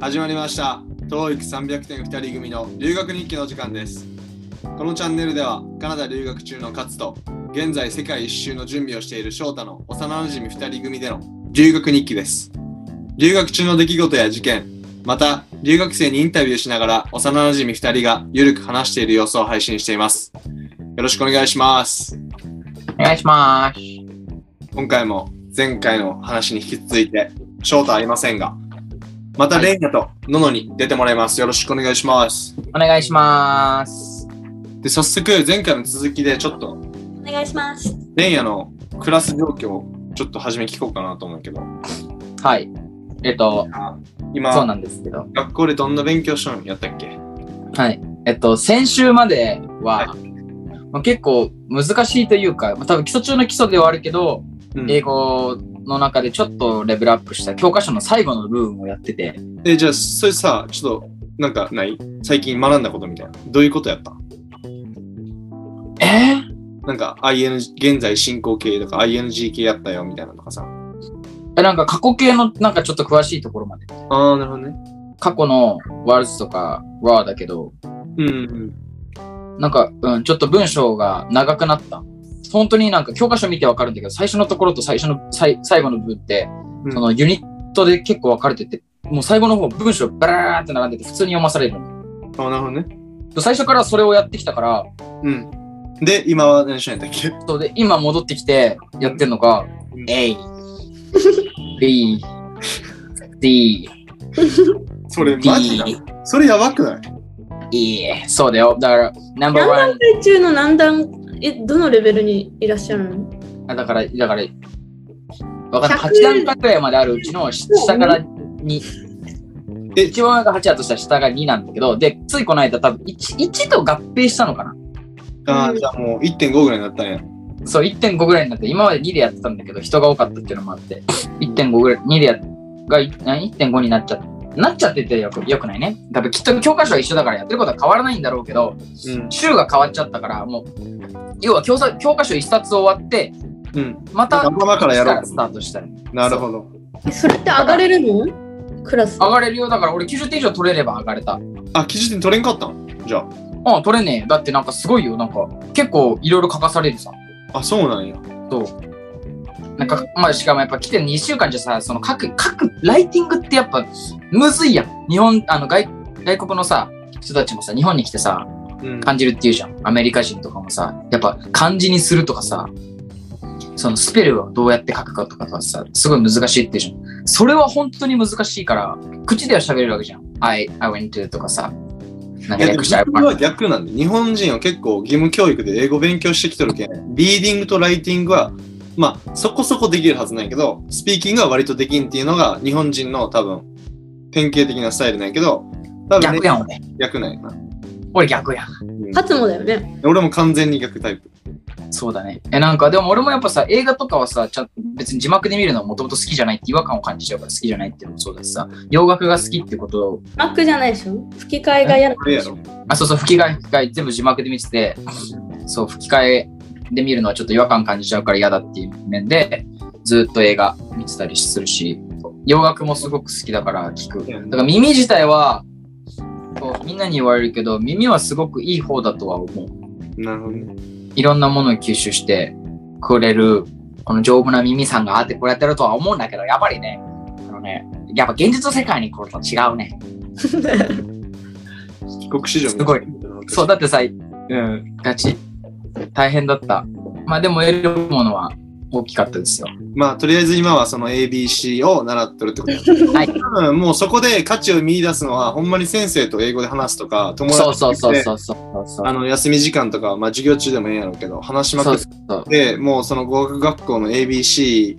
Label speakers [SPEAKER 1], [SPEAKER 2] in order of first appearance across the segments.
[SPEAKER 1] 始まりました TOEIC300 点2人組の留学日記の時間ですこのチャンネルではカナダ留学中のカツと現在世界一周の準備をしている翔太の幼なじみ2人組での留学日記です留学中の出来事や事件また留学生にインタビューしながら幼なじみ2人がゆるく話している様子を配信していますよろしくお願いします
[SPEAKER 2] お願いします。
[SPEAKER 1] 今回も前回の話に引き続いて翔太はいませんがまた
[SPEAKER 2] はい
[SPEAKER 1] レイナとノノに出てもらいますよろしくお願いします
[SPEAKER 2] お願いします。
[SPEAKER 1] で早速前回の続きでちょっと
[SPEAKER 3] お願いします。
[SPEAKER 1] レイナのクラス状況をちょっと初め聞こうかなと思うけど
[SPEAKER 2] はい。えっと、そう
[SPEAKER 1] 今
[SPEAKER 2] なんですけど。
[SPEAKER 1] 学校でどんな勉強しようんやったっけ
[SPEAKER 2] はい。えっと、先週までは、
[SPEAKER 1] は
[SPEAKER 2] まあ、結構難しいというか、まあ、多分基礎中の基礎ではあるけど、
[SPEAKER 1] うん
[SPEAKER 2] 英語の中でちょっとレベルアップした教科書の最後の部分をやってて、
[SPEAKER 1] えじゃあそれさちょっとなんかない最近学んだことみたいなどういうことやった
[SPEAKER 2] えー
[SPEAKER 1] なんか IN 現在進行形とか ING 系やったよみたいなのとかさ
[SPEAKER 2] え、なんか過去形のなんかちょっと詳しいところまで。
[SPEAKER 1] ああなるほどね
[SPEAKER 2] 過去のワルツとか raw だけど、
[SPEAKER 1] うんうん
[SPEAKER 2] なんか、うん、ちょっと文章が長くなった。本当になんか教科書見てわかるんだけど、最初のところと最初の最最後の部分って、
[SPEAKER 1] うん
[SPEAKER 2] そのユニットで結構分かれてて、もう最後の方文章バラーって並んでて普通に読まされるの。
[SPEAKER 1] あーなるほどね
[SPEAKER 2] 最初からそれをやってきたから、
[SPEAKER 1] うんで今は何しないんだっけ
[SPEAKER 2] そうで今戻ってきてやってんのが
[SPEAKER 1] うん、
[SPEAKER 2] A、B、D、
[SPEAKER 1] それ
[SPEAKER 2] D
[SPEAKER 1] マジだ。それやばくない
[SPEAKER 2] E。そうだよ。だから、ナンバーワン。
[SPEAKER 3] 海中の何段、え、どのレベルにいらっしゃるの
[SPEAKER 2] あだから、だから、わかんない。
[SPEAKER 3] 100
[SPEAKER 2] 8段階ぐらいまであるうちの下からに
[SPEAKER 1] え
[SPEAKER 2] 一番上が8だとしたら下が2なんだけど、で、ついこの間多分 1, 1と合併したのかな。
[SPEAKER 1] ああ、じゃあもう1.5ぐらいになったんや。
[SPEAKER 2] そう、1.5ぐらいになって、今まで2でやってたんだけど、人が多かったっていうのもあって、1.5ぐらい、2でやっがいあ1.5になっちゃって。なっちゃっててよくよくないね。多分きっと教科書は一緒だからやってることは変わらないんだろうけど、
[SPEAKER 1] うん。
[SPEAKER 2] 週が変わっちゃったから、もう、要は教科教科書一冊終わって、
[SPEAKER 1] うん。
[SPEAKER 2] また
[SPEAKER 1] 頭からやろう
[SPEAKER 2] スタートしたり。
[SPEAKER 1] なるほど。
[SPEAKER 3] えそれって上がれるのクラス。
[SPEAKER 2] 上がれるよ。だから俺90点以上取れれば上がれた。
[SPEAKER 1] あ、記事点取れんかったのじゃ
[SPEAKER 2] うん、取れねえよ。だってなんかすごいよ。なんか結構いろいろ書かされるさ。
[SPEAKER 1] あ。あ、そうなんや。
[SPEAKER 2] なんか、まあ、しかもやっぱ来て2週間じゃさ、その書く、書く、ライティングってやっぱむずいやん。日本、あの外、外国のさ、人たちもさ、日本に来てさ、
[SPEAKER 1] うん。
[SPEAKER 2] 感じるって言うじゃん。アメリカ人とかもさ、やっぱ漢字にするとかさ、そのスペルをどうやって書くかとかさ、すごい難しいって言うじゃん。それは本当に難しいから、口では喋れるわけじゃん。I, I went to とかさ、なん
[SPEAKER 1] い
[SPEAKER 2] か
[SPEAKER 1] やでも
[SPEAKER 2] 略して I
[SPEAKER 1] 僕は逆なんで、日本人は結構義務教育で英語勉強してきてるけん、リーディングとライティングは、まあ、そこそこできるはずないけど、スピーキングは割とできんっていうのが日本人の多分、典型的なスタイルなんやけど、多分、ね、
[SPEAKER 2] 逆やん、俺。
[SPEAKER 1] 逆なんやな、
[SPEAKER 2] 俺逆やん。
[SPEAKER 1] うん
[SPEAKER 3] 勝つもだよね。
[SPEAKER 1] 俺も完全に逆タイプ。
[SPEAKER 2] そうだね。え、なんか、でも俺もやっぱさ、映画とかはさ、ちゃん別に字幕で見るのはもともと好きじゃないって違和感を感じちゃうから好きじゃないっていうのもそうだしさ、洋楽が好きってことを、
[SPEAKER 3] マックじゃないでしょ吹き替えが嫌な
[SPEAKER 1] これやろ。
[SPEAKER 2] あ、そうそう、吹き替え、吹き替え、全部字幕で見てて、そう、吹き替えで見るのはちょっと違和感感じちゃうから嫌だっていう面で、ずっと映画見てたりするし、洋楽もすごく好きだから聞く。だから耳自体は、こうみんなに言われるけど、耳はすごくいい方だとは思う。
[SPEAKER 1] なるほどね。
[SPEAKER 2] いろんなものを吸収してくれる、この丈夫な耳さんがあってこうやってるとは思うんだけど、やっぱりね、あのね、やっぱ現実の世界に来ると違うね。
[SPEAKER 1] 帰国子女みたな
[SPEAKER 2] そう、だってさ、うん、ガチ。大変だった。まあでも得るものは大きかったですよ。
[SPEAKER 1] まあとりあえず今はその ABC を習っとるってことや
[SPEAKER 2] はい。
[SPEAKER 1] 多分もうそこで価値を見出すのはほんまに先生と英語で話すとか友
[SPEAKER 2] そう
[SPEAKER 1] 達
[SPEAKER 2] そう
[SPEAKER 1] と
[SPEAKER 2] そう
[SPEAKER 1] で
[SPEAKER 2] そうそうそう。
[SPEAKER 1] あの休み時間とか、まあ、授業中でもええんやろうけど話しま
[SPEAKER 2] そ
[SPEAKER 1] く
[SPEAKER 2] う
[SPEAKER 1] っ
[SPEAKER 2] そう。
[SPEAKER 1] てもうその語学学校の ABC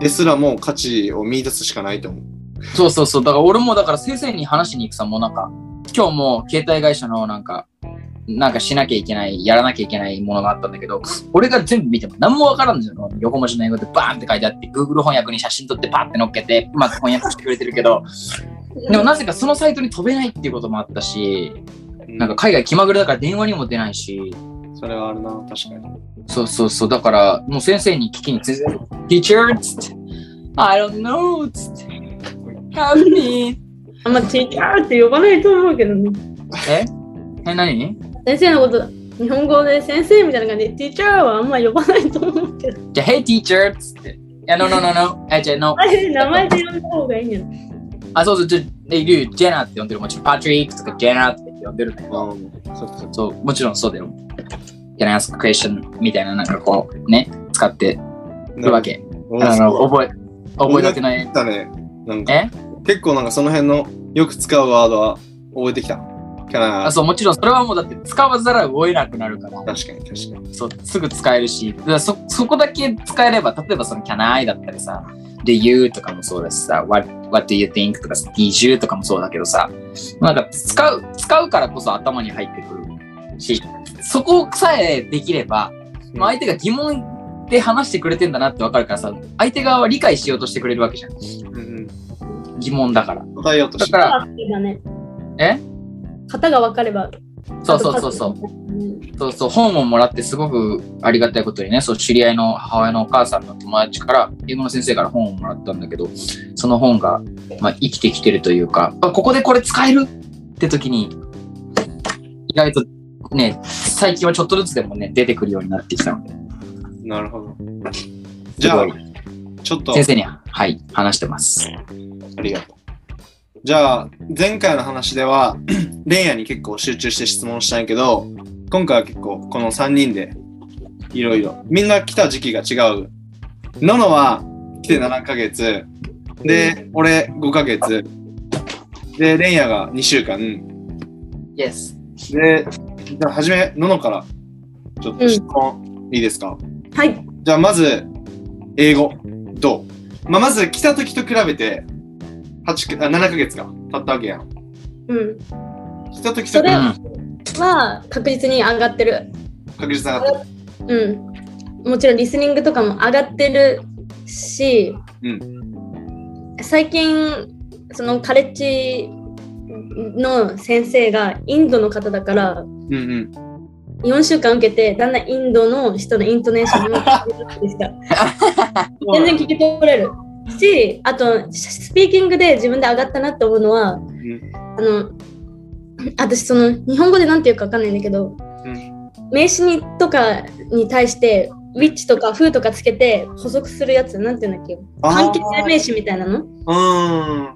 [SPEAKER 1] ですらもう価値を見出すしかないと思う。
[SPEAKER 2] そうそうそう。だから俺もだから先生に話しに行くさ、もうなんか、今日も携帯会社のなんか、なんかしなきゃいけない、やらなきゃいけないものがあったんだけど、俺が全部見ても何もわからんのよ。横文字の英語でバーンって書いてあって、Google 翻訳に写真撮ってパーって乗っけて、うまく翻訳してくれてるけど、でもなぜかそのサイトに飛べないっていうこともあったし、なんか海外気まぐれだから電話にも出ないし、
[SPEAKER 1] それはあるな確かに。
[SPEAKER 2] そうそうそう、だからもう先生に聞きに、先生、Teacher! っつって、I don't know! っつって、Help me!
[SPEAKER 3] あんまティーチャーって呼ばないと思うけどね。
[SPEAKER 2] ええ、何
[SPEAKER 3] 先生のこと、日本語で先生みたいな感じで、ティーチャーはあんま呼ばないと思うけど。
[SPEAKER 2] じゃあ、Hey teacher! っつって。いや、no, no, no, no. え、じゃあ、no.
[SPEAKER 3] あれ、名前で呼んだ方がいいんじゃない
[SPEAKER 2] あ、そうそう、じゃあ、えリュウ、ジェナって呼んでる。もちろん、パトリックとかジェナって呼んでるんだけど。
[SPEAKER 1] そっか。
[SPEAKER 2] そう、もちろんそうだよ。Can I ask a question? みたいな、なんかこう、ね、使ってるわけ。あの、覚え、覚えたくない。
[SPEAKER 1] だね。なんか
[SPEAKER 2] え
[SPEAKER 1] 結構なんかその辺のよく使うワードは覚えてきた。かな
[SPEAKER 2] あそう、もちろんそれはもうだって使わざるを得なくなるから。
[SPEAKER 1] 確かに確かに。
[SPEAKER 2] そうすぐ使えるしだからそそこだけ使えれば例えばその「can I」だったりさ「do you」とかもそうだしさ「what, what do you think」とかさ「did you」とかもそうだけどさなんか使う使うからこそ頭に入ってくるしそこさえできれば、まあ、相手が疑問で話してくれてんだなってわかるからさ相手側は理解しようとしてくれるわけじゃん
[SPEAKER 1] うん
[SPEAKER 2] 疑問だから
[SPEAKER 1] うん答えようと
[SPEAKER 2] だ
[SPEAKER 1] し
[SPEAKER 2] か
[SPEAKER 1] て。
[SPEAKER 2] ら
[SPEAKER 3] あいいだね。
[SPEAKER 2] え
[SPEAKER 3] 型が分かれば。
[SPEAKER 2] そうそうそうそう
[SPEAKER 3] うん。
[SPEAKER 2] そうそう、本をもらってすごくありがたいことにね、そう知り合いの母親のお母さんの友達から、英語の先生から本をもらったんだけど、その本が、まあ、生きてきてるというか、あここでこれ使えるって時に、意外とね、最近はちょっとずつでもね、出てくるようになってきたので、
[SPEAKER 1] なるほど。じゃあ
[SPEAKER 2] すご、
[SPEAKER 1] ちょっと
[SPEAKER 2] 先生には、はい、話してます。
[SPEAKER 1] ありがとう。じゃあ、前回の話では、 レイヤーに結構集中して質問したんやけど、今回は結構この3人でいろいろ、みんな来た時期が違う。ののは来て7ヶ月、で、俺5ヶ月、で、レイヤーが2週間。
[SPEAKER 2] Yes。
[SPEAKER 1] で、じゃあ、はじめ、ののから、ちょっと質問、いいですか
[SPEAKER 3] はい。
[SPEAKER 1] じゃあまず、英語、どう、まあ、まず来た時と比べて、8かあ7ヶ月か、経ったわけやん。
[SPEAKER 3] うん。
[SPEAKER 1] 来た時と
[SPEAKER 3] そ
[SPEAKER 1] 比
[SPEAKER 3] れ
[SPEAKER 1] べて
[SPEAKER 2] うん
[SPEAKER 3] は確実に上がってる。
[SPEAKER 1] 確実なかった。
[SPEAKER 3] うん。もちろんリスニングとかも上がってるし、
[SPEAKER 1] う
[SPEAKER 3] 最近、そのカレッジの先生がインドの方だから、
[SPEAKER 1] うんうん。
[SPEAKER 3] 4週間受けて、だんだんインドの人のイントネーションもでした全然聞き取れる。し、あと、スピーキングで自分で上がったなって思うのは、あの、私、その、日本語でなんて言うかわかんないんだけど、
[SPEAKER 1] うん
[SPEAKER 3] 名詞にとかに対して、ウィッチとかフーとかつけて補足するやつ、なんて言うんだっけ関係性名詞みたいなの
[SPEAKER 1] あ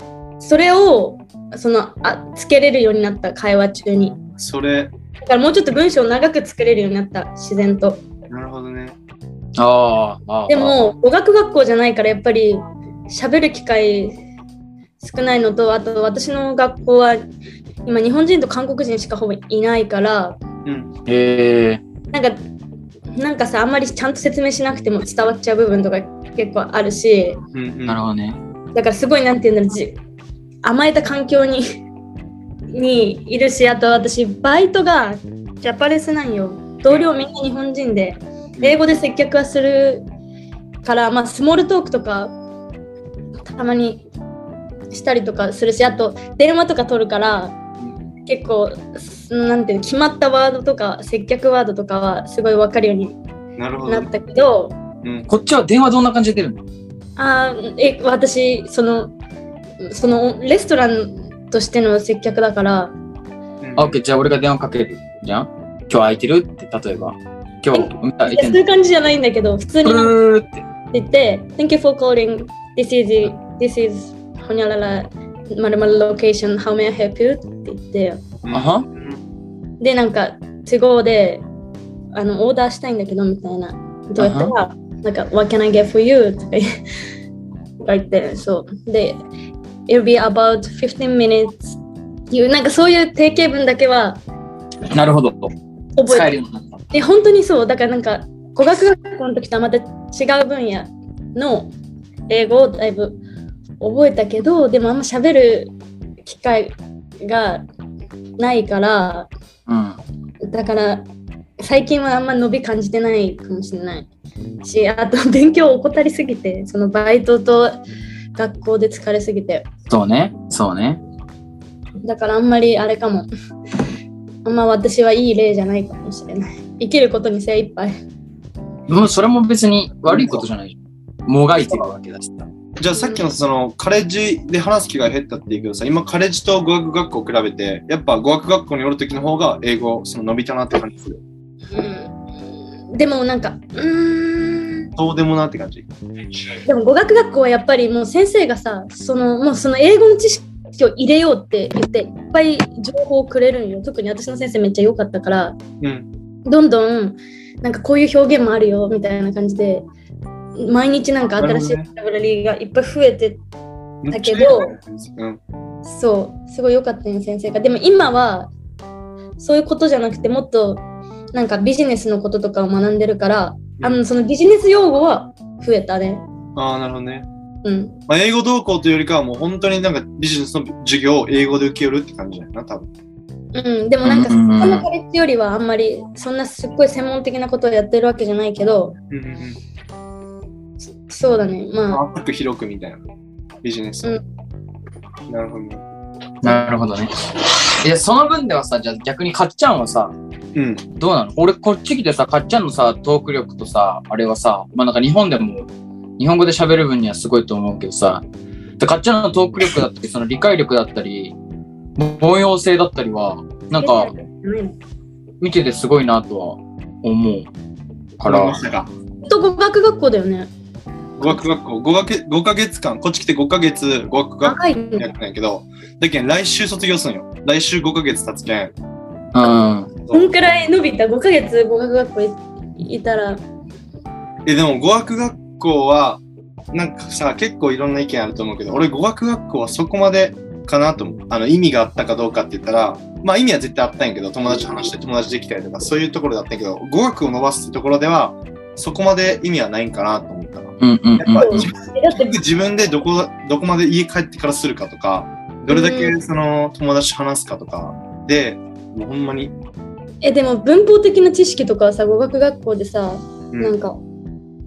[SPEAKER 1] ー
[SPEAKER 2] うん。
[SPEAKER 3] それを、そのあ、つけれるようになった、会話中に。
[SPEAKER 1] うん。それ、
[SPEAKER 3] だからもうちょっと文章を長く作れるようになった、自然と。
[SPEAKER 1] なるほどね。
[SPEAKER 2] あーあー。
[SPEAKER 3] で、も語学学校じゃないからやっぱり喋る機会少ないのとあと私の学校は今日本人と韓国人しかほぼいないから
[SPEAKER 1] うん。
[SPEAKER 2] えー、
[SPEAKER 3] なんかなんかさあんまりちゃんと説明しなくても伝わっちゃう部分とか結構あるし
[SPEAKER 1] うんうん、
[SPEAKER 2] なる
[SPEAKER 1] ほ
[SPEAKER 2] ほどね。
[SPEAKER 3] だからすごいなんて言うんだろうじ甘えた環境に にいるしあと私バイトがジャパレスなんよ同僚みんな日本人で英語で接客はするから、まあ、スモールトークとかたまにしたりとかするしあと電話とか取るから結構そのなんていうの決まったワードとか接客ワードとかはすごい分かるように
[SPEAKER 1] ど。なるほ
[SPEAKER 3] な
[SPEAKER 1] ど
[SPEAKER 3] っ
[SPEAKER 1] ね。
[SPEAKER 3] たけど
[SPEAKER 1] うん。
[SPEAKER 2] こっちは電話どんな感じで出るの
[SPEAKER 3] あーえ私そのそのレストランとしての接客だから
[SPEAKER 2] あ、OK、じゃあ俺が電話かけるじゃん今日空いてるって、例えば。今日、うん空い
[SPEAKER 3] いや
[SPEAKER 2] て
[SPEAKER 3] そ
[SPEAKER 2] ん
[SPEAKER 3] う
[SPEAKER 2] の
[SPEAKER 3] いう感じじゃないんだけど普通に
[SPEAKER 2] プ
[SPEAKER 3] なんか
[SPEAKER 2] ルルルって。
[SPEAKER 3] 言って「Thank you for calling this is this is ほにゃららまるまる location how may I help you?」って言って
[SPEAKER 1] うん
[SPEAKER 2] あは
[SPEAKER 1] うん
[SPEAKER 3] でなんか都合であのオーダーしたいんだけどみたいなどうやったらなんか「What can I get for you?」とか言うとか言ってそうで「It'll be about 15 minutes」いうなんかそういう定型文だけは
[SPEAKER 2] なるほど。
[SPEAKER 3] 覚
[SPEAKER 2] 使え
[SPEAKER 3] え
[SPEAKER 2] る
[SPEAKER 3] て
[SPEAKER 2] ようになっ
[SPEAKER 3] で本当にそうだからなんか語学学校の時とはまた違う分野の英語をだいぶ覚えたけどでもあんま喋る機会がないから
[SPEAKER 2] た。うん。
[SPEAKER 3] だから最近はあんま伸び感じてないかもしれないしあと 勉強を怠りすぎてそのバイトと学校で疲れすぎて
[SPEAKER 2] そうね。そうね。
[SPEAKER 3] だからあんまりあれかもあんま私はいい例じゃないかもしれない生きることに精一杯
[SPEAKER 2] でもそれも別に悪いことじゃない。もがいてるわけだしさ。
[SPEAKER 1] じゃあさっきのそのカレッジで話す機会減ったって言うけどさ、今カレッジと語学学校を比べて、やっぱ語学学校におる時の方が英語その伸びたなって感じする。
[SPEAKER 3] うんでもなんか、うーん。
[SPEAKER 1] そうでもなって感じ。
[SPEAKER 3] でも語学学校はやっぱりもう先生がさ、そのもうその英語の知識を入れようって言って、いっぱい情報をくれるんよ。特に私の先生めっちゃ良かったから、
[SPEAKER 1] うん。
[SPEAKER 3] どんどんなんかこういう表現もあるよみたいな感じで、毎日なんか新しい
[SPEAKER 1] な
[SPEAKER 3] ラ
[SPEAKER 1] る
[SPEAKER 3] ブラリーがいっぱい増えてだけど
[SPEAKER 1] うん。
[SPEAKER 3] そう、すごい良かったね、先生が。でも今は、そういうことじゃなくて、もっと、なんかビジネスのこととかを学んでるから、
[SPEAKER 1] うん
[SPEAKER 3] あの、そのビジネス用語は増えたね。
[SPEAKER 1] ああ、なるほどね。
[SPEAKER 3] うん。
[SPEAKER 1] まあ、英語動向というよりかはもう本当になんかビジネスの授業を英語で受けるって感じだよな、多分。
[SPEAKER 3] うん、でもなんか、
[SPEAKER 2] う
[SPEAKER 3] そ
[SPEAKER 2] んうんうん
[SPEAKER 3] このカレッジよりはあんまり、そんなすっごい専門的なことをやってるわけじゃないけど、
[SPEAKER 1] うんうんうん。
[SPEAKER 3] そうだね、まあ、
[SPEAKER 1] まあ、く広くみたいな。ビジネス。なるほどね。
[SPEAKER 2] なるほどね。え、その分ではさ、じゃあ逆にかっちゃんはさ、
[SPEAKER 1] うん。
[SPEAKER 2] どうなの俺こっち来てさ、かっちゃんのさ、トーク力とさ、あれはさ、まあなんか日本でも、日本語で喋る分にはすごいと思うけどさ、でかっちゃんのトーク力だったり、その理解力だったり、凡庸性だったりは、なんか
[SPEAKER 3] うん
[SPEAKER 2] 見ててすごいなとは思うか
[SPEAKER 1] 思いま
[SPEAKER 2] ら
[SPEAKER 1] し、たか。
[SPEAKER 3] と語学学校だよね。
[SPEAKER 1] 語学学校5か月、5ヶ月間、こっち来て5ヶ月語学学校
[SPEAKER 3] 長い
[SPEAKER 1] や
[SPEAKER 3] ね。
[SPEAKER 1] ってんやけど、だけん来週卒業すんよ。来週5ヶ月経つけん。
[SPEAKER 2] うん。
[SPEAKER 3] こんくらい伸びた、5ヶ月語学学校いいたら、
[SPEAKER 1] え、でも語学学校は、なんかさ、結構いろんな意見あると思うけど、俺語学学校はそこまでかなと思う。あの、意味があったかどうかって言ったら、まあ意味は絶対あったんやけど、友達と話して友達できたりとか、そういうところだったんやけど、語学を伸ばすってところでは、そこまで意味はないんかなと思ったな。
[SPEAKER 2] うんうんうん
[SPEAKER 1] やっぱ
[SPEAKER 3] うん
[SPEAKER 1] 自
[SPEAKER 3] えだって
[SPEAKER 1] 自分でどこどこまで家帰ってからするかとか、どれだけその友達と話すかとかで、もうほんまに、
[SPEAKER 3] えでも文法的な知識とかはさ語学学校でさ、
[SPEAKER 1] うん
[SPEAKER 3] なんか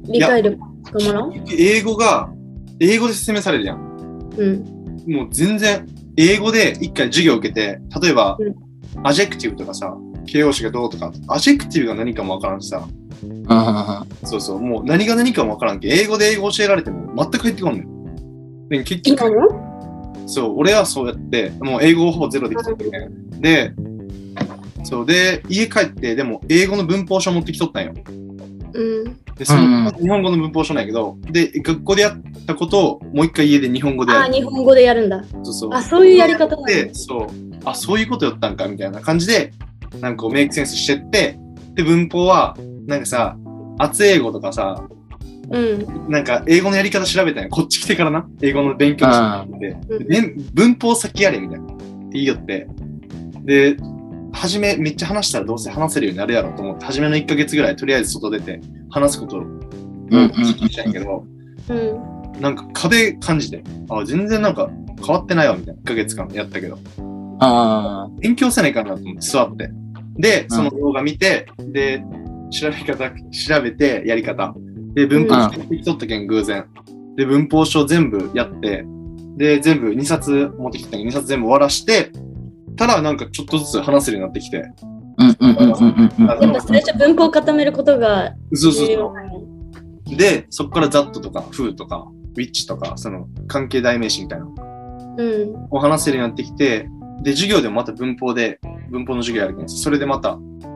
[SPEAKER 3] 理解力がもらう
[SPEAKER 1] 英語が、英語で説明されるやん。
[SPEAKER 3] うん
[SPEAKER 1] もう全然、英語で一回授業を受けて、例えば、
[SPEAKER 3] うん
[SPEAKER 1] アジェクティブとかさ、形容詞がどうとか、アジェクティブが何かもわからんしさ、
[SPEAKER 2] うん
[SPEAKER 1] そうそう、もう何が何かもわからんけ、英語で英語教えられても全く入ってこんねん。で結
[SPEAKER 3] 今
[SPEAKER 1] 局、
[SPEAKER 3] の
[SPEAKER 1] そう、俺はそうやって、もう英語をほぼゼロできたけね。で、そう、で、家帰って、でも英語の文法書持ってきとったんよ。
[SPEAKER 3] うん
[SPEAKER 1] で、その、
[SPEAKER 2] うん
[SPEAKER 1] 日本語の文法書なんやけど、で、学校でやったことをもう一回家で日本語でや
[SPEAKER 3] あ
[SPEAKER 1] る。
[SPEAKER 3] 日本語でやるんだ
[SPEAKER 1] そうそう
[SPEAKER 3] あそういうやり方なんだ
[SPEAKER 1] で、そう、あ、そういうことやったんかみたいな感じで、なんかこうメイクセンスしてって、で、文法は、なんかさ、厚英語とかさ、
[SPEAKER 3] うん
[SPEAKER 1] なんか英語のやり方調べたんや。こっち来てからな、英語の勉強してて、
[SPEAKER 3] うん
[SPEAKER 1] でね文法先やれみたいな。って言いよって。で、初めめっちゃ話したらどうせ話せるようになるやろと思って、初めの1ヶ月ぐらいとりあえず外出て話すことを
[SPEAKER 2] うんうん
[SPEAKER 1] 意識したんやけど、
[SPEAKER 3] うん
[SPEAKER 1] なんか壁感じて、あ、全然なんか変わってないわみたいな。1ヶ月間やったけど。
[SPEAKER 2] あ
[SPEAKER 1] 勉強せないかなと思って座って。で、その動画見て、で、調べ方、調べてやり方。で、文法書持ってきとったけん、偶然。で、文法書全部やって、で、全部2冊持ってきたけん、2冊全部終わらして、ただなんかちょっとずつ話せるようになってきて。
[SPEAKER 2] ーうんうんうんうんうん
[SPEAKER 1] あ
[SPEAKER 3] や
[SPEAKER 1] の
[SPEAKER 3] っぱ最初文法を固めることが
[SPEAKER 1] そうそう
[SPEAKER 3] 重
[SPEAKER 1] そ
[SPEAKER 3] 要
[SPEAKER 1] う。で、そこからザットとか、フーとか、ウィッチとか、その関係代名詞みたいな。
[SPEAKER 3] うん
[SPEAKER 1] を話せるようになってきて、で、授業でもまた文法で、文法の授業やるけど、それでまた、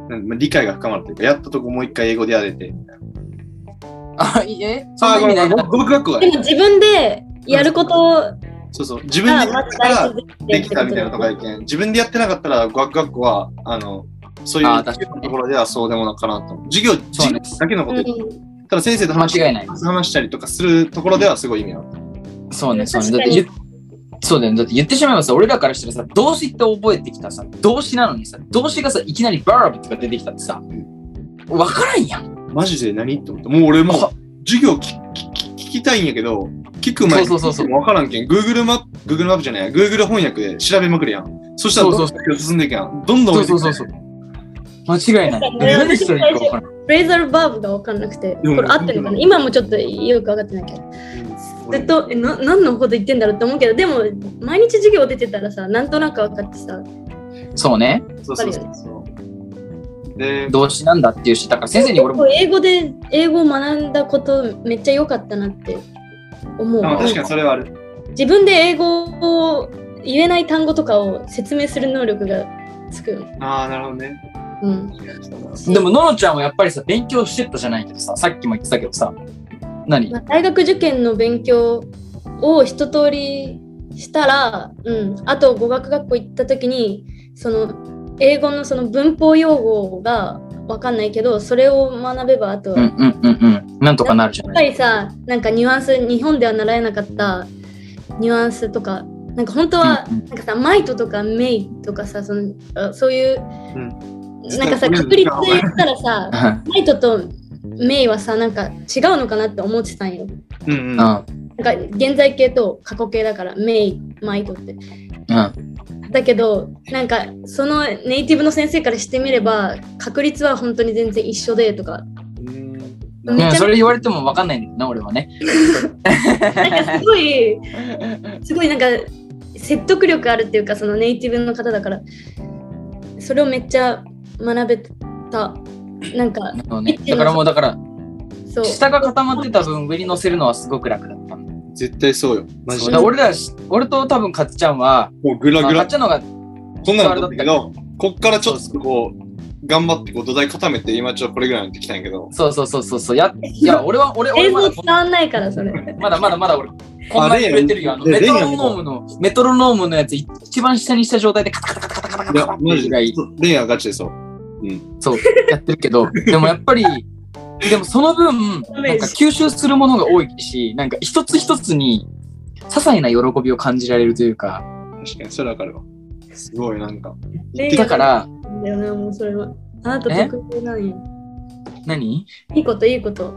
[SPEAKER 1] なんまあ理解が深まるというか、やったとこもう一回英語でやれて、みたいな。
[SPEAKER 2] あ、いいえ、そん
[SPEAKER 1] あー、ご
[SPEAKER 2] な意
[SPEAKER 1] め
[SPEAKER 2] 味
[SPEAKER 1] んご
[SPEAKER 2] ないな
[SPEAKER 1] めん、語学学校だ
[SPEAKER 3] で
[SPEAKER 1] ね。
[SPEAKER 3] も自分でやること
[SPEAKER 1] そうそう、自分
[SPEAKER 3] が
[SPEAKER 1] でや
[SPEAKER 3] ま
[SPEAKER 1] っ
[SPEAKER 3] ず
[SPEAKER 1] たか
[SPEAKER 3] 大
[SPEAKER 1] ら
[SPEAKER 3] 事
[SPEAKER 1] できたみたいなとこ
[SPEAKER 3] だ
[SPEAKER 1] やけん、自分でやってなかったら、語学学校は、あの、そうい
[SPEAKER 2] あー
[SPEAKER 1] う
[SPEAKER 2] 確かに
[SPEAKER 1] ところではそうでもなかなと思う。授業、
[SPEAKER 2] そ
[SPEAKER 1] 授
[SPEAKER 2] うね
[SPEAKER 1] 業だけのこと、
[SPEAKER 3] うん
[SPEAKER 1] ただ先生と話し
[SPEAKER 2] 間違いない
[SPEAKER 1] 話したりとかするところではすごい意味ある。
[SPEAKER 2] そうね、そうね。だっ
[SPEAKER 3] 確か
[SPEAKER 2] て
[SPEAKER 3] に
[SPEAKER 2] 言っそうだよね。だって言ってしまえばさ、俺らからしたらさ、動詞って覚えてきたさ、動詞なのにさ、動詞がさ、いきなりバーブとか出てきたってさ、わからんやん。
[SPEAKER 1] マジで何って思った。もう俺もう授業ききき聞きたいんやけど、聞く前に
[SPEAKER 2] そうそうそうそう
[SPEAKER 1] 分からんけん、Google マップ、Google マップじゃない、Google 翻訳で調べまくるやん。そしたら
[SPEAKER 2] そう
[SPEAKER 1] ど
[SPEAKER 2] そ
[SPEAKER 1] ん
[SPEAKER 2] う
[SPEAKER 1] ど
[SPEAKER 2] そ
[SPEAKER 1] ん進んでいけやん。どんどん
[SPEAKER 2] そ
[SPEAKER 1] 降
[SPEAKER 2] う
[SPEAKER 1] りてく
[SPEAKER 2] そうそうそう。間違いない。
[SPEAKER 3] 確かに
[SPEAKER 2] 何してるかわからん。
[SPEAKER 3] フレーザルバーブが分かんなくてこ
[SPEAKER 1] うん
[SPEAKER 3] れ合ってるのかな今もちょっとよく分かってないけどずっとえな何のこと言ってんだろうって思うけどでも毎日授業出てたらさなんとなく分かってさ
[SPEAKER 2] そうね。
[SPEAKER 1] そうそうそうそう。で、
[SPEAKER 2] 動詞なんだっていうし、だから先生に俺も、
[SPEAKER 3] 英語で英語を学んだことめっちゃ良かったなって思う。
[SPEAKER 1] まあ確かにそれはある。
[SPEAKER 3] 自分で英語を言えない単語とかを説明する能力がつくよね。
[SPEAKER 1] ああ、なるほどね。
[SPEAKER 3] うん。
[SPEAKER 2] でも、ののちゃんはやっぱりさ、勉強してったじゃないけどさ、さっきも言ってたけどさ、何
[SPEAKER 3] まあ大学受験の勉強を一通りしたら、うん、あと語学学校行った時にその英語のその文法用語が分かんないけどそれを学べばあとは、
[SPEAKER 2] うん
[SPEAKER 3] やっ
[SPEAKER 2] うんうんうん。なんとかなるじゃな
[SPEAKER 3] ぱ
[SPEAKER 2] い
[SPEAKER 3] りさなんかニュアンス日本では習えなかったニュアンスとかなんか本当は、
[SPEAKER 2] うんうん
[SPEAKER 3] なんかさマイトとかメイとかさそのあそういう、
[SPEAKER 1] ん
[SPEAKER 3] なんかさ
[SPEAKER 1] ちょっ
[SPEAKER 3] 確
[SPEAKER 1] と
[SPEAKER 3] 率で言ったらさマイトとメイはさなんか違うのかなって思ってたんよ。
[SPEAKER 1] うんうん。
[SPEAKER 2] うん
[SPEAKER 3] なんか現在形と過去形だから、メイ、マイトって。
[SPEAKER 2] うん。
[SPEAKER 3] だけど、なんかそのネイティブの先生からしてみれば、確率は本当に全然一緒でとか、
[SPEAKER 1] うん
[SPEAKER 3] めちゃ
[SPEAKER 2] うん。
[SPEAKER 3] めち
[SPEAKER 2] そ
[SPEAKER 3] ゃ
[SPEAKER 2] れ言われてもわかんないんだけどな、俺はね。
[SPEAKER 3] なんかすごい、すごいなんか説得力あるっていうか、そのネイティブの方だから、それをめっちゃ学べた。なんか、
[SPEAKER 2] なるほどねだからもうだから、
[SPEAKER 3] そう。
[SPEAKER 2] 下が固まってた分、上に乗せるのはすごく楽だったんだ。
[SPEAKER 1] 絶対そうよ。マジ
[SPEAKER 2] そう
[SPEAKER 1] で。
[SPEAKER 2] だ
[SPEAKER 1] も
[SPEAKER 2] 俺らし、俺と多分かっちゃんは、
[SPEAKER 1] うグラ
[SPEAKER 2] まあ
[SPEAKER 1] グ
[SPEAKER 2] か
[SPEAKER 1] ラ
[SPEAKER 2] っ。ちゃんの方が、
[SPEAKER 1] こんなのだったけど、こっからちょっとこう、頑張ってこう土台固めて、今ちょっとこれぐらいになってきたんやけど。
[SPEAKER 2] そうそうそうそうそう、や、いや、俺は、俺、俺
[SPEAKER 3] 映
[SPEAKER 2] ま
[SPEAKER 3] 像
[SPEAKER 2] だ
[SPEAKER 3] 伝わんないから、それ。
[SPEAKER 2] まだまだまだ俺、こんなに触れてるよ。あの
[SPEAKER 1] レ
[SPEAKER 2] メ
[SPEAKER 1] イヤ
[SPEAKER 2] ト
[SPEAKER 1] ー
[SPEAKER 2] ロノームの、メトロノームのやつ、一番下にした状態でカタカタカタカタカタカタっていうぐらい、
[SPEAKER 1] レイヤーガチでそう。
[SPEAKER 2] そう、やってるけど、 でもやっぱり、でもその分、なんか吸収するものが多いし、なんか一つ一つに、些細な喜びを感じられるというか、
[SPEAKER 1] 確かに、それわかるわ。すごい、なんか。
[SPEAKER 3] レイ
[SPEAKER 2] だ
[SPEAKER 3] ヤー
[SPEAKER 2] から、
[SPEAKER 3] だよね、もうそれは。あなた
[SPEAKER 2] え
[SPEAKER 3] 得意なんよ。
[SPEAKER 2] 何
[SPEAKER 3] いいこと、いいこと。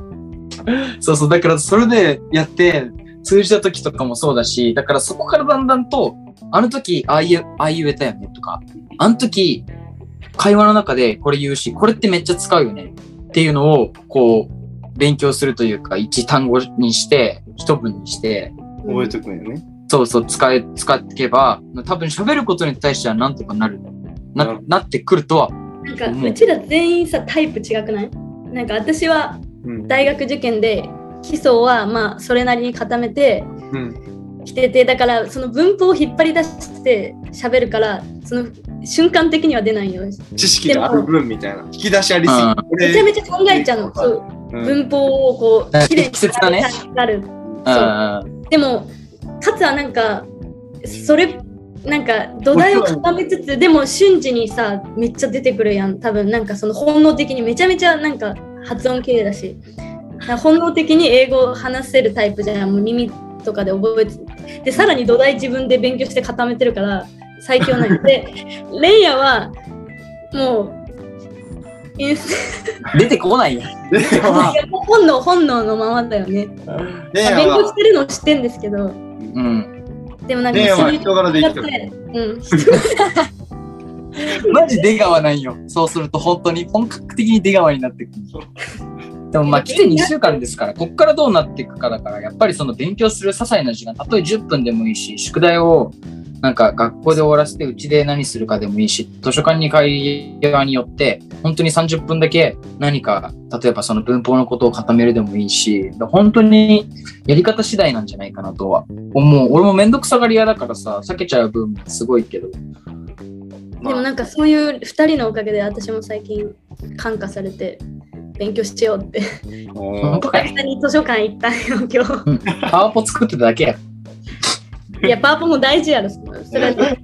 [SPEAKER 2] そうそう、だからそれでやって、通じた時とかもそうだし、だからそこからだんだんと、あの時、ああいう、ああ言えたよねとか、あの時、会話の中でこれ言うし、これってめっちゃ使うよねっていうのを、こう、勉強するというか、一単語にして、一文にして、
[SPEAKER 1] 覚えとくんよね。
[SPEAKER 2] そうそう、使え、使っていけば、多分喋ることに対してはなんとかなる。
[SPEAKER 1] な
[SPEAKER 2] な
[SPEAKER 1] る、
[SPEAKER 2] なってくるとは。
[SPEAKER 3] なんか
[SPEAKER 2] うん
[SPEAKER 3] うちら全員さタイプ違くないなんか私は
[SPEAKER 1] うん。
[SPEAKER 3] 大学受験で基礎はまあそれなりに固めて
[SPEAKER 1] うん。
[SPEAKER 3] きててだからその文法を引っ張り出して喋るからその瞬間的には出ないよ
[SPEAKER 1] 知識がある分みたいな。引き出しありすぎ
[SPEAKER 2] うん。
[SPEAKER 3] めち
[SPEAKER 1] 俺
[SPEAKER 3] ゃめちゃ考えちゃうのそう
[SPEAKER 1] うん
[SPEAKER 3] 文法をこ
[SPEAKER 2] うん
[SPEAKER 3] うきれいに
[SPEAKER 2] 適切だね
[SPEAKER 3] なる
[SPEAKER 2] うん。
[SPEAKER 3] でもかつはなんかそれなんか土台を固めつつでも瞬時にさめっちゃ出てくるやん多分なんかその本能的にめちゃめちゃなんか発音綺麗だしだから本能的に英語を話せるタイプじゃんもう耳とかで覚えてでさらに土台自分で勉強して固めてるから最強 なんよでレイヤーはもうインス
[SPEAKER 2] 出てこないや。
[SPEAKER 1] レイヤー は、
[SPEAKER 3] 本能本能のままだよね、
[SPEAKER 1] レイ
[SPEAKER 3] まあ
[SPEAKER 1] ヤー
[SPEAKER 3] 勉強し
[SPEAKER 1] は、
[SPEAKER 3] てるの知ってんですけど
[SPEAKER 2] うん。
[SPEAKER 3] でもなんか
[SPEAKER 1] レイヤー
[SPEAKER 3] そう
[SPEAKER 1] は
[SPEAKER 3] いう
[SPEAKER 1] 人柄で生きてる。
[SPEAKER 3] うん、
[SPEAKER 2] マジ出川ないよ。そうすると本当に本格的に出川になってくる。でもまあ来て2週間ですから、こっからどうなっていくかだから、やっぱりその勉強する些細な時間、たとえ10分でもいいし、宿題をなんか学校で終わらせて、うちで何するかでもいいし、図書館に会話によって、本当に30分だけ何か、例えばその文法のことを固めるでもいいし、本当にやり方次第なんじゃないかなとは思う。俺もめんどくさがり屋だからさ、避けちゃう分もすごいけど、
[SPEAKER 1] ま
[SPEAKER 3] でも
[SPEAKER 1] あ
[SPEAKER 3] なんかそういう2人のおかげで私も最近感化されて勉強しようって
[SPEAKER 1] も
[SPEAKER 2] 本
[SPEAKER 1] う
[SPEAKER 2] 当か よ。
[SPEAKER 3] 下に図書館行ったんよ 今
[SPEAKER 2] パワポ作ってただけや。
[SPEAKER 3] 日いやパワポも大事やろそれはね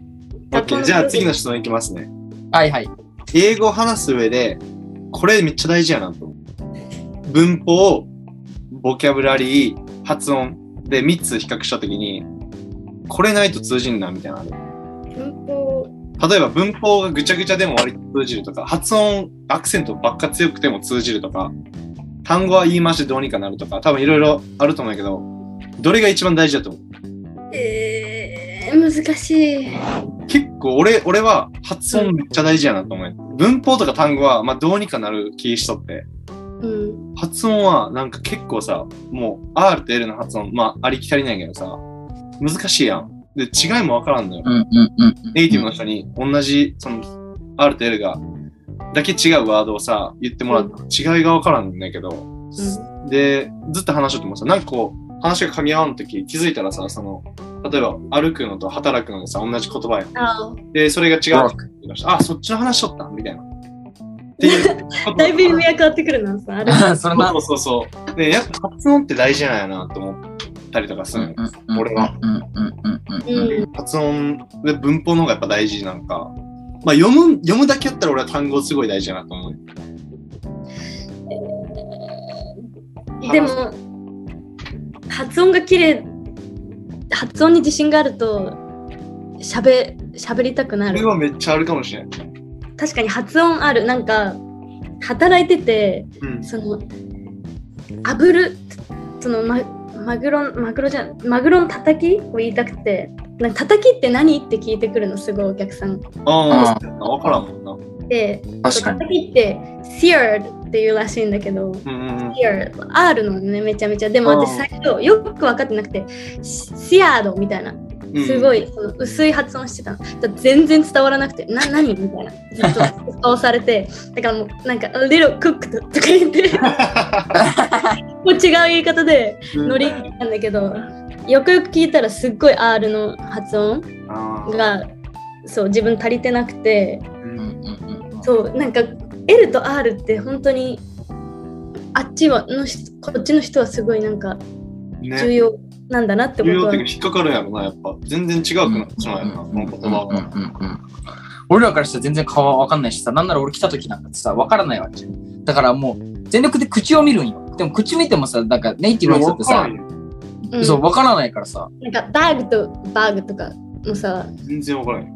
[SPEAKER 1] OK じゃあ次の質問いきますね。
[SPEAKER 2] はいはい。
[SPEAKER 1] 英語を話す上で、これめっちゃ大事やなと。文法、ボキャブラリー、発音で3つ比較したときに、これないと通じんなみたいなのある。
[SPEAKER 3] 文法
[SPEAKER 1] 例えば文法がぐちゃぐちゃでも割と通じるとか、発音、アクセントばっか強くても通じるとか、単語は言い回しでどうにかなるとか、多分いろいろあると思うんやけど、どれが一番大事だと思
[SPEAKER 3] えー、難しいう
[SPEAKER 1] 結構俺、俺は発音めっちゃ大事やなと思うよ。文法とか単語は、まあどうにかなる気しとって、
[SPEAKER 3] うん
[SPEAKER 1] 発音はなんか結構さ、もう R と L の発音、まあありきたりなんやけどさ、難しいやん。で、違いもわからんのよ。
[SPEAKER 2] うんうんうん。
[SPEAKER 1] ネイティブの人に同じその R と L がだけ違うワードをさ言ってもらって違いが分からんねんだけど、でずっと話しようと思ってさなんかこう話が噛み合わん時気づいたらさその例えば歩くのと働くのでさ同じ言葉やん
[SPEAKER 3] あー
[SPEAKER 1] でそれが違う
[SPEAKER 2] ク。
[SPEAKER 1] あそっちの話しとったみたいなっていう
[SPEAKER 3] だいぶ意味が変わってくるな、 さ。あれ
[SPEAKER 2] それな。
[SPEAKER 1] そうそうそうねやっぱ発音って大事なんやなと思ったりとかす
[SPEAKER 2] うん
[SPEAKER 1] る、
[SPEAKER 2] うんうん
[SPEAKER 1] 俺は。
[SPEAKER 2] うんうんうんうんうん。
[SPEAKER 3] うん。
[SPEAKER 1] 発音で文法の方がやっぱ大事なんか、まあ、読む読むだけやったら俺は単語すごい大事だなと思う。
[SPEAKER 3] でも、発音が綺麗発音に自信があると、しゃべ、しゃべりたくな
[SPEAKER 1] そ
[SPEAKER 3] る
[SPEAKER 1] れ。はめっちゃあるかもしれない。
[SPEAKER 3] 確かに発音あるなんか働いてて
[SPEAKER 1] うん、
[SPEAKER 3] その炙るそのまマグロマグロじゃんマグロのたたきを言いたくてなんかたたきって何って聞いてくるのすごいお客さん
[SPEAKER 1] ああ、わからんもんな。
[SPEAKER 3] で
[SPEAKER 2] 確か
[SPEAKER 3] た
[SPEAKER 2] に。
[SPEAKER 3] きって「seared」っていうらしいんだけど
[SPEAKER 1] うんうんうん
[SPEAKER 3] seared R のねめちゃめちゃで
[SPEAKER 1] う
[SPEAKER 3] も私
[SPEAKER 1] ん
[SPEAKER 3] 最初よく分かってなくて「シアード」みたいな
[SPEAKER 1] うん、
[SPEAKER 3] すごいその薄い発音してたの。だから全然伝わらなくて、な、何みたいな。ずっと顔されて、だからもう、なんか、a little cooked とか言って、 もう違う言い方で
[SPEAKER 1] うん。
[SPEAKER 3] ノリなんだけど、よくよく聞いたらすっごい R の発音
[SPEAKER 1] あー
[SPEAKER 3] が、そう、自分足りてなくて、
[SPEAKER 1] うん
[SPEAKER 2] うんうんうん。
[SPEAKER 3] そう、なんか、L と R って本当に、あっちはの人、こっちの人はすごいなんか重
[SPEAKER 1] ね、
[SPEAKER 3] 要なんだなってこ
[SPEAKER 1] 重
[SPEAKER 3] と
[SPEAKER 1] 要っ
[SPEAKER 3] は
[SPEAKER 1] ていうか引っかかるやろな、やっぱ。全然違うくなってしまうやろな、この言葉
[SPEAKER 2] うん
[SPEAKER 1] は。
[SPEAKER 2] うんうんうん俺らからしたら全然顔は分かんないしさ、なんなら俺来た時なんかさ、分からないわけじゃん。だからもう、全力で口を見るんよ。でも口見てもさ、なんかネイティブの人ってさ、
[SPEAKER 3] うん
[SPEAKER 2] そう、分からないからさ、
[SPEAKER 3] なんか、バーグとバーグとかもさ、
[SPEAKER 1] 全然わからんよ。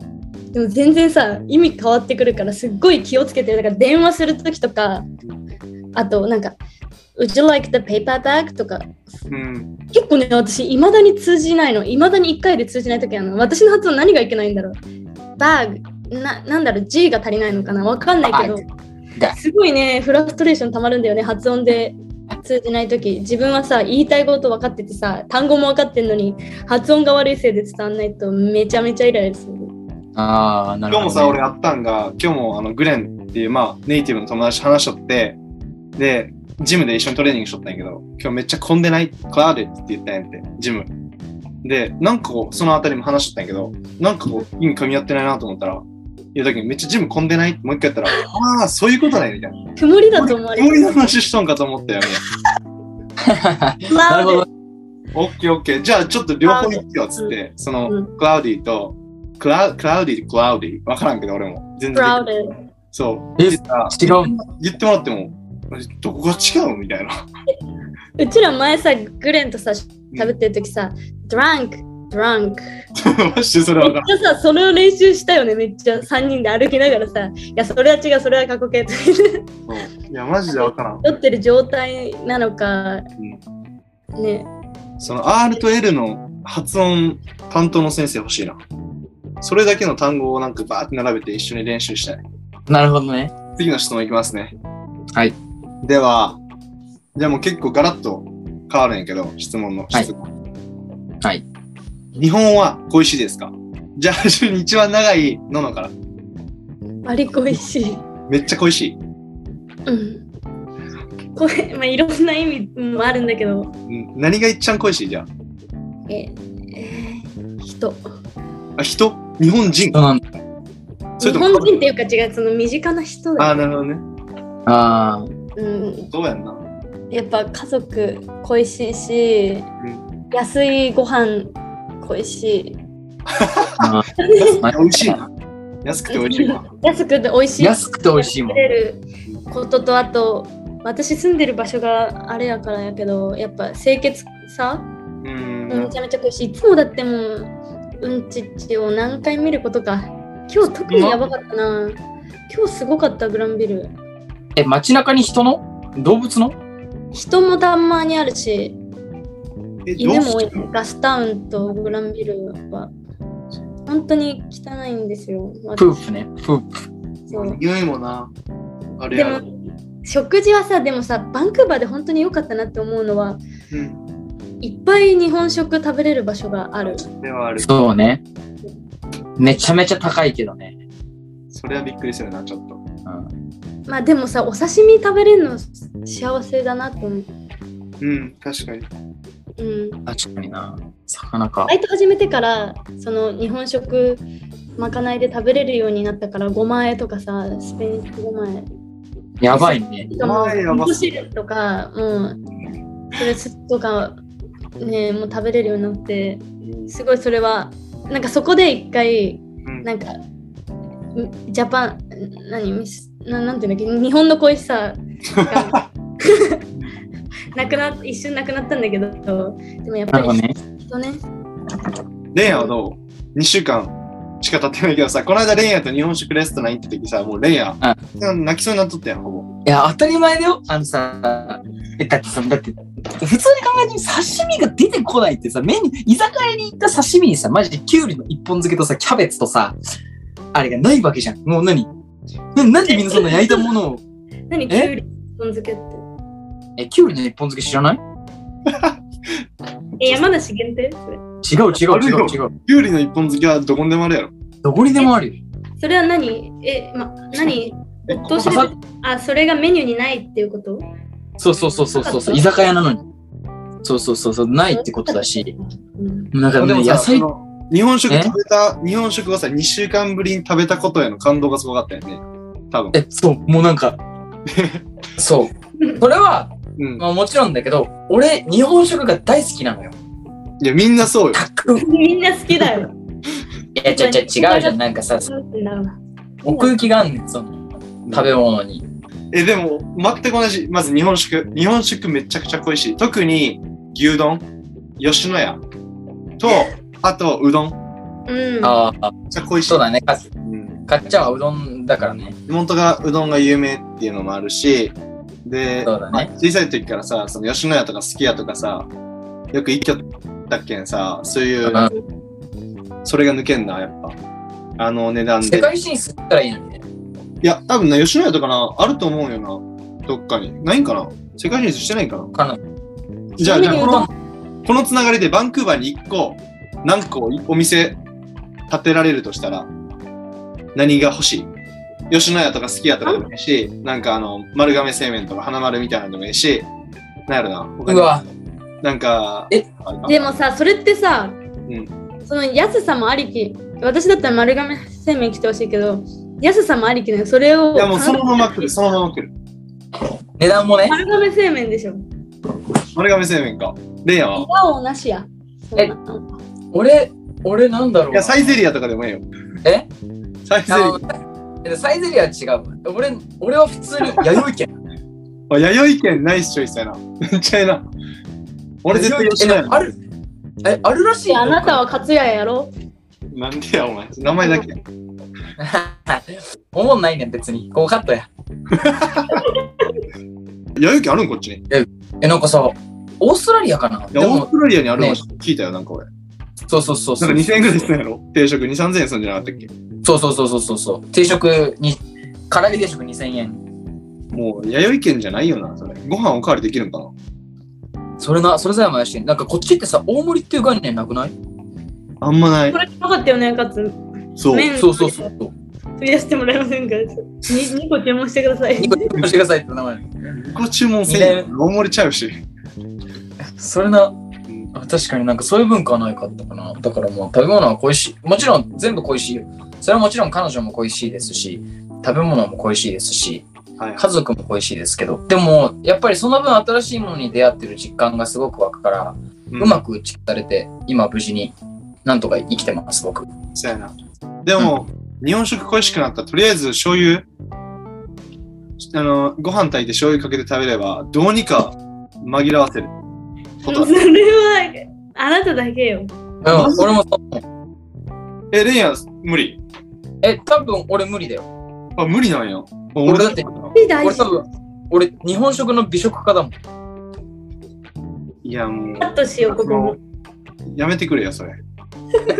[SPEAKER 3] でも全然さ意味変わってくるからすっごい気をつけてるだから電話する時とかあとなんか「Would you like the paper bag?」とか
[SPEAKER 1] うん。
[SPEAKER 3] 結構ね私いまだに通じないのいまだに1回で通じない時あるの私の発音何がいけないんだろうバーグななんだろう G が足りないのかなわかんないけど
[SPEAKER 2] Bag が
[SPEAKER 3] すごいねフラストレーションたまるんだよね発音で通じない時自分はさ言いたいこと分かっててさ単語も分かってんのに発音が悪いせいで伝わんないとめちゃめちゃイライラする。
[SPEAKER 2] あー、なる
[SPEAKER 1] 今
[SPEAKER 2] ほ
[SPEAKER 1] 日
[SPEAKER 2] ど、
[SPEAKER 1] もさ、俺あったんが、今日もあのグレンっていう、まあ、ネイティブの友達と話しとって、で、ジムで一緒にトレーニングしとったんやけど、今日めっちゃ混んでないかあるって言ったんやって、ジム。で、なんかこう、そのあたりも話しとったんやけど、なんかこう、意味噛み合ってないなと思ったら、いや、だけどめっちゃジム混んでないもう一回やったら、ああ、そういうことね、みたいな。
[SPEAKER 3] 曇りだと思われ
[SPEAKER 1] 俺
[SPEAKER 3] る。
[SPEAKER 1] の話しとんかと思ったよね。
[SPEAKER 2] なるほど。
[SPEAKER 1] オッケーオッケー。じゃあちょっと両方言ってよっつって、その、
[SPEAKER 3] う
[SPEAKER 1] クラウディと、クラウクラウディクラウディ。わからんけど俺も。全然。
[SPEAKER 3] Crowded
[SPEAKER 1] そう。
[SPEAKER 2] え
[SPEAKER 1] 言ったら
[SPEAKER 2] 違うんだ。
[SPEAKER 1] 言ってもらっても、えどこが違うみたいな。
[SPEAKER 3] うちら前さ、グレンとさ、喋ってる時さ、drunk, drunk。
[SPEAKER 1] マジでそれわか
[SPEAKER 3] じゃあさ、それを練習したよね、めっちゃ3人で歩きながらさ、いや、それは違う、それは過去形とか
[SPEAKER 1] らん。そういや、マジでわからん。
[SPEAKER 3] 酔ってる状態なのか、ね、
[SPEAKER 1] その R と L の発音担当の先生欲しいな。それだけの単語をなんかバーって並べて一緒に練習したい。
[SPEAKER 2] なるほどね。
[SPEAKER 1] 次の質問いきますね。
[SPEAKER 2] はい。
[SPEAKER 1] では、じゃあもう結構ガラッと変わるんやけど、質問の質問。
[SPEAKER 2] はい。
[SPEAKER 1] 日本は恋しいですかじゃあ順に一番長いののから。
[SPEAKER 3] 割り恋しい。
[SPEAKER 1] めっちゃ恋しい。
[SPEAKER 3] うん。これ、まあ、いろんな意味もあるんだけど、
[SPEAKER 1] うん何がいっちゃん恋しいじゃ
[SPEAKER 3] え、えー人。
[SPEAKER 1] あ。あ、人日本人
[SPEAKER 2] そうなんだ。
[SPEAKER 1] それ
[SPEAKER 3] 日
[SPEAKER 1] と
[SPEAKER 3] 本
[SPEAKER 1] も
[SPEAKER 3] 人っていうか違う、その身近な人だ
[SPEAKER 1] あ
[SPEAKER 3] よ
[SPEAKER 1] あ、なるほどね。
[SPEAKER 2] あ
[SPEAKER 3] うん、
[SPEAKER 1] どうやんな。
[SPEAKER 3] やっぱ家族恋しいし、
[SPEAKER 1] ん
[SPEAKER 3] 安いご飯恋し
[SPEAKER 2] ーあー。
[SPEAKER 3] い
[SPEAKER 1] 美味しいな。安くて美味しいな。
[SPEAKER 3] 安くて美味しい
[SPEAKER 2] 安くて美味しいもん
[SPEAKER 3] 食べ。れることとあと私住んでる場所があれやからやけどやっぱ清潔さ
[SPEAKER 1] うん。
[SPEAKER 3] めちゃめちゃ恋しいいつもだってもううんちっちを何回見ることか今日特にやばかったな今日すごかったグランビル
[SPEAKER 2] え、街中に人の動物の
[SPEAKER 3] 人もたまにあるし
[SPEAKER 1] え、ど
[SPEAKER 3] 犬
[SPEAKER 1] う
[SPEAKER 3] も多
[SPEAKER 1] し
[SPEAKER 3] いガスタウンとグランビルは本当に汚いんですよ。
[SPEAKER 2] プープね。プープ。
[SPEAKER 3] そう
[SPEAKER 1] 匂いもな。あれ
[SPEAKER 3] で
[SPEAKER 1] やろ。
[SPEAKER 3] も食事はさでもさバンクーバーで本当に良かったなって思うのは
[SPEAKER 1] うん。
[SPEAKER 3] いっぱい日本食食べれる場所がある。
[SPEAKER 1] それはある。
[SPEAKER 2] そうね。めちゃめちゃ高いけどね。
[SPEAKER 1] それはびっくりするな、ちょっと。
[SPEAKER 2] うん
[SPEAKER 3] まあでもさお刺身食べれるの幸せだなって思う。
[SPEAKER 1] うん、確かに。
[SPEAKER 3] うん、
[SPEAKER 2] 確かにな。魚か
[SPEAKER 3] バ。イト始めてからその日本食まかないで食べれるようになったから5万円とかさスペイン5万円
[SPEAKER 2] やばいね。
[SPEAKER 3] しか
[SPEAKER 1] 5
[SPEAKER 3] も
[SPEAKER 1] 万円やば
[SPEAKER 3] 味
[SPEAKER 1] そ
[SPEAKER 3] 噌
[SPEAKER 1] う
[SPEAKER 3] 汁とかうんそれスープとかねもう食べれるようになってすごいそれはなんかそこで一回
[SPEAKER 1] うん
[SPEAKER 3] なんかんジャパンん何ミスななんていうんだっけ日本の恋しさ がなくな一瞬なくなったんだけどでもやっ
[SPEAKER 2] な
[SPEAKER 3] ぱ
[SPEAKER 2] るほど
[SPEAKER 3] り
[SPEAKER 2] ね。
[SPEAKER 3] きっとね
[SPEAKER 1] レイヤはどう ?2 週間しか経ってないけどさ、この間レイヤと日本食レストラン行った時さ、もうレイヤ、泣きそうになっとったやん、ほぼ。
[SPEAKER 2] いや、当たり前だよ。あのさ、えだってさ、だって、普通に考えてみ刺身が出てこないってさ、メニュー、居酒屋に行った刺身にさ、マジでキュウリの一本漬けとさ、キャベツとさ、あれがないわけじゃん。もう何ななんでみんなそんな焼いたものを。
[SPEAKER 3] 何きゅうり本漬けって
[SPEAKER 2] え、キュウリの一本漬け知らない
[SPEAKER 3] え山梨限定それ
[SPEAKER 2] 違う違う違う違う。
[SPEAKER 1] キュウリの一本漬けはどこにでもあるやろ。
[SPEAKER 2] どこにでもあるよ。
[SPEAKER 3] それは何え、ま、何
[SPEAKER 1] え
[SPEAKER 3] どうし
[SPEAKER 2] ここ
[SPEAKER 3] てあ、それがメニューにないっていうこと
[SPEAKER 2] そうそうそうそうそうそう、居酒屋なのに。そうそうそうそう、ないってことだし。
[SPEAKER 3] うん
[SPEAKER 2] なんか
[SPEAKER 1] で
[SPEAKER 2] ね、
[SPEAKER 1] も
[SPEAKER 2] 野
[SPEAKER 1] さそ
[SPEAKER 2] 菜、
[SPEAKER 1] の日本食食べた、日本食をさ、2週間ぶりに食べたことへの感動がすごかったよね。多分。
[SPEAKER 2] え、そう、もうな んか、そう。それは、
[SPEAKER 1] うん。
[SPEAKER 2] まあ、もちろんだけど、俺、日本食が大好きなのよ。
[SPEAKER 1] いや、みんなそうよ。
[SPEAKER 2] たくい
[SPEAKER 3] みんな好きだよ。
[SPEAKER 2] や、ちゃちゃ違うじゃん。なんかさ、
[SPEAKER 3] なんて言うんだろうな。
[SPEAKER 2] 奥行きがあんねん、その食べ物に。
[SPEAKER 1] え、でも、全く同じ。まず日本食。日本食めちゃくちゃ恋しい。特に牛丼、吉野家と、 あとうどん。め
[SPEAKER 3] うん。
[SPEAKER 2] ああ、
[SPEAKER 1] っちゃ恋しい。
[SPEAKER 2] そうだね。か
[SPEAKER 1] うん
[SPEAKER 2] かっちゃんはうどんだからね。
[SPEAKER 1] 地元がうどんが有名っていうのもあるし、で、
[SPEAKER 2] そうだね
[SPEAKER 1] まあ小さい時からさ、その吉野家とかすき家とかさ、よく行きよったっけんさ、そういう、
[SPEAKER 2] うん
[SPEAKER 1] それが抜けんな、やっぱ。あの値段で。
[SPEAKER 2] 世界進出したらいいのにね。
[SPEAKER 1] いや、多分ね、吉野家とかな、あると思うよな、どっかに。ないんかな世界進出してないんかな
[SPEAKER 2] かな
[SPEAKER 1] じゃあ、
[SPEAKER 3] ち
[SPEAKER 1] じゃあ
[SPEAKER 3] なみに
[SPEAKER 1] こ
[SPEAKER 3] う
[SPEAKER 1] の
[SPEAKER 3] ど、
[SPEAKER 1] このつながりでバンクーバーに1個、何個お店建てられるとしたら、何が欲しい吉野家とかすき家とかでもいいし、なんかあの、丸亀製麺とか花丸みたいなのでもいいし、なんやろな、他
[SPEAKER 2] う
[SPEAKER 1] に
[SPEAKER 2] わ、
[SPEAKER 1] なんか、
[SPEAKER 2] え
[SPEAKER 1] あれか
[SPEAKER 3] でもさ、それってさ、その安さもありき、私だったら丸亀製麺来てほしいけど、安さもありきね、それを。
[SPEAKER 1] いやもうそのまま来る、そのまま来る。
[SPEAKER 2] 値段もね。
[SPEAKER 3] 丸亀製麺でしょ。
[SPEAKER 1] 丸亀製麺か。レイヤは
[SPEAKER 3] 岩をなしや。そんな
[SPEAKER 2] え俺、俺なんだろう
[SPEAKER 1] い
[SPEAKER 2] な。
[SPEAKER 1] や、サイゼリアとかでもいいよ。
[SPEAKER 2] え
[SPEAKER 1] サイゼ
[SPEAKER 2] あ
[SPEAKER 1] リ
[SPEAKER 2] のえサイゼリアは違う。俺、俺は普通に弥生県。
[SPEAKER 1] ア。弥生県ナイスチョイスやな。めっちゃええな。俺絶対吉野家
[SPEAKER 2] え。あるえ、あるらしい
[SPEAKER 3] いや
[SPEAKER 2] よ
[SPEAKER 3] あなたは勝也やろ
[SPEAKER 1] なんでや、お前。名前だけ。
[SPEAKER 2] おもんないねん、別に。こうカットや。
[SPEAKER 1] 弥生県あるんこっちに。
[SPEAKER 2] え、なんかさ、オーストラリアかない
[SPEAKER 1] や、
[SPEAKER 2] で
[SPEAKER 1] オー
[SPEAKER 2] も
[SPEAKER 1] ス、トラリアにあるの聞いたよ、なんか俺。
[SPEAKER 2] そうそうそう
[SPEAKER 1] な
[SPEAKER 2] そ
[SPEAKER 1] ん
[SPEAKER 2] う。
[SPEAKER 1] か2000円ぐらいするんやろ定食2、3000円するんじゃなかったっけ
[SPEAKER 2] そうそうそうそうそうそう。定食に、から揚げ定食2000円。
[SPEAKER 1] もう、弥生県じゃないよな、それ。ご飯おかわりできるんかな
[SPEAKER 2] それな、それさえも怪しい。なんかこっちってさ、大盛りっていう概念なくない
[SPEAKER 1] あんまない
[SPEAKER 3] こ。れなかったよね、勝。
[SPEAKER 1] そう。
[SPEAKER 3] 麺
[SPEAKER 2] そうそうそうそう。
[SPEAKER 3] 増やしてもらえませんか ?2 個注文してください。
[SPEAKER 2] ニコニコしてくださいって名前。
[SPEAKER 1] こ注文せん
[SPEAKER 2] ね
[SPEAKER 1] よ。大盛りちゃうし。
[SPEAKER 2] それな、あ確かになんかそういう文化はないかったかな。だからもう食べ物は恋しい。もちろん全部恋しいよ。それはもちろん彼女も恋しいですし、食べ物も恋しいですし、
[SPEAKER 1] はい。
[SPEAKER 2] 家族も恋しいですけど。でも、やっぱりその分新しいものに出会ってる実感がすごく湧くから、うまく打ち消されて、今無事になんとか生きてます、僕。
[SPEAKER 1] そうやな。でも、日本食恋しくなったら、とりあえず醤油、あの、ご飯炊いて醤油かけて食べれば、どうにか紛らわせるこ
[SPEAKER 3] それ
[SPEAKER 1] とだ。
[SPEAKER 3] はあなただけよ。
[SPEAKER 2] うん、俺もそう思う。
[SPEAKER 1] え、レイヤ無理
[SPEAKER 2] え、多分俺無理だよ。
[SPEAKER 1] あ、無理なんや。
[SPEAKER 2] 俺だって、
[SPEAKER 3] 大
[SPEAKER 2] 俺
[SPEAKER 3] 事
[SPEAKER 2] 多分、俺日本食の美食家だもん。
[SPEAKER 1] いや、もう
[SPEAKER 3] カ。ットしよう、ここも。
[SPEAKER 1] やめてくれよ、それ。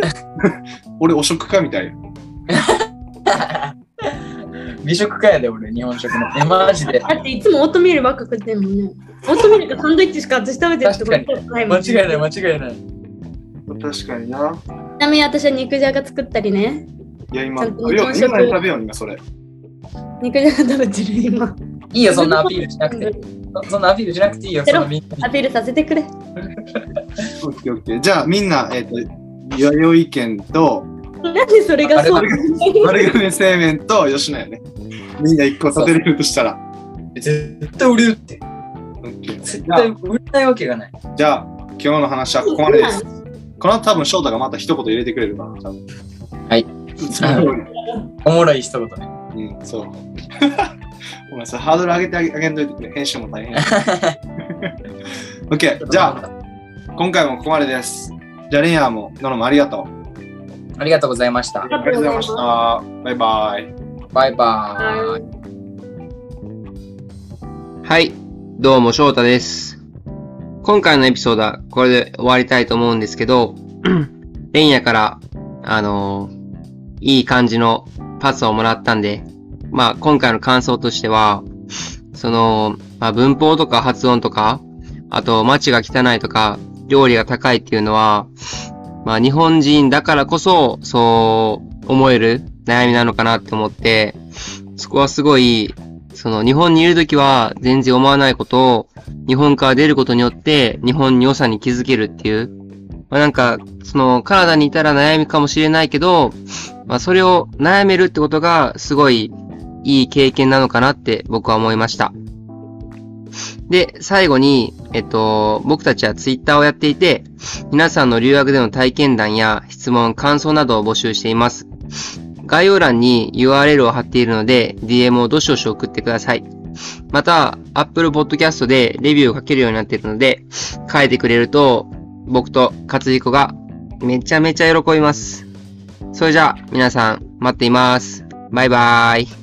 [SPEAKER 1] 俺、お食かみたい。
[SPEAKER 2] 美食家やで俺、日本食の。え、マジ で。
[SPEAKER 3] だっていつもオートミールばっか食ってんもんね。オートミールかサンドイッチしか私食べてるってことないも
[SPEAKER 2] 間
[SPEAKER 3] ん、
[SPEAKER 2] 違いない、間違いない。
[SPEAKER 1] 確かにな。
[SPEAKER 3] ちなみに私は肉じゃが作ったりね。
[SPEAKER 1] いや、今、
[SPEAKER 3] ちゃんと
[SPEAKER 1] 食べよう。
[SPEAKER 3] 日
[SPEAKER 1] み
[SPEAKER 3] 本
[SPEAKER 1] ん
[SPEAKER 3] 食
[SPEAKER 1] なで食べよう、今、それ。
[SPEAKER 3] 肉じゃが食べてる今。
[SPEAKER 2] いい よ、そんなアピールしなくて。そんなアピールしなくていいよ、そのみんなに
[SPEAKER 3] アピールさせてくれ。
[SPEAKER 1] オッケーオッケー。じゃあみんな、えっ、と、弥生県と、
[SPEAKER 3] なんでそれがそう
[SPEAKER 2] あれ
[SPEAKER 1] 丸亀製麺と吉野やね。みんな一個立てれるとしたら。
[SPEAKER 2] 絶対売れるって。
[SPEAKER 1] オッケー
[SPEAKER 2] 絶対売れないわけがない。
[SPEAKER 1] じゃあ、今日の話はここまでです。この後多分翔太がまた一言入れてくれるから、多分。
[SPEAKER 2] はい。おもろい一言ね。
[SPEAKER 1] うん、そう。 ごめんなさい、ハードル上げてあげあげんといてくれ。編集も 大変。オッケー、じゃあ、今回もここまでです。じゃあ、レイヤーも、ノノもありがとう。
[SPEAKER 2] ありがとうございました。
[SPEAKER 3] がとうございました
[SPEAKER 1] ありがとうございました。バイバイ。
[SPEAKER 2] バイバーイ。
[SPEAKER 4] はい、どうも翔太です。今回のエピソードはこれで終わりたいと思うんですけど、レンヤから、あのーいい感じのパスをもらったんで、まあ今回の感想としては、その、まあ文法とか発音とか、あと街が汚いとか、料理が高いっていうのは、まあ日本人だからこそ、そう思える悩みなのかなって思って、そこはすごいその日本にいるときは全然思わないことを日本から出ることによって日本の良さに気づけるっていう。まあ、なんか、そのカナダにいたら悩みかもしれないけど、まあそれを悩めるってことがすごいいい経験なのかなって僕は思いました。で、最後に、えっと、僕たちはツイッターをやっていて、皆さんの留学での体験談や質問、感想などを募集しています。概要欄に URL を貼っているので、DM をどしどし送ってください。また、Apple Podcast でレビューを書けるようになっているので、書いてくれると、僕と勝彦がめちゃめちゃ喜びます。それじゃあ、皆さん、待っています。バイバーイ。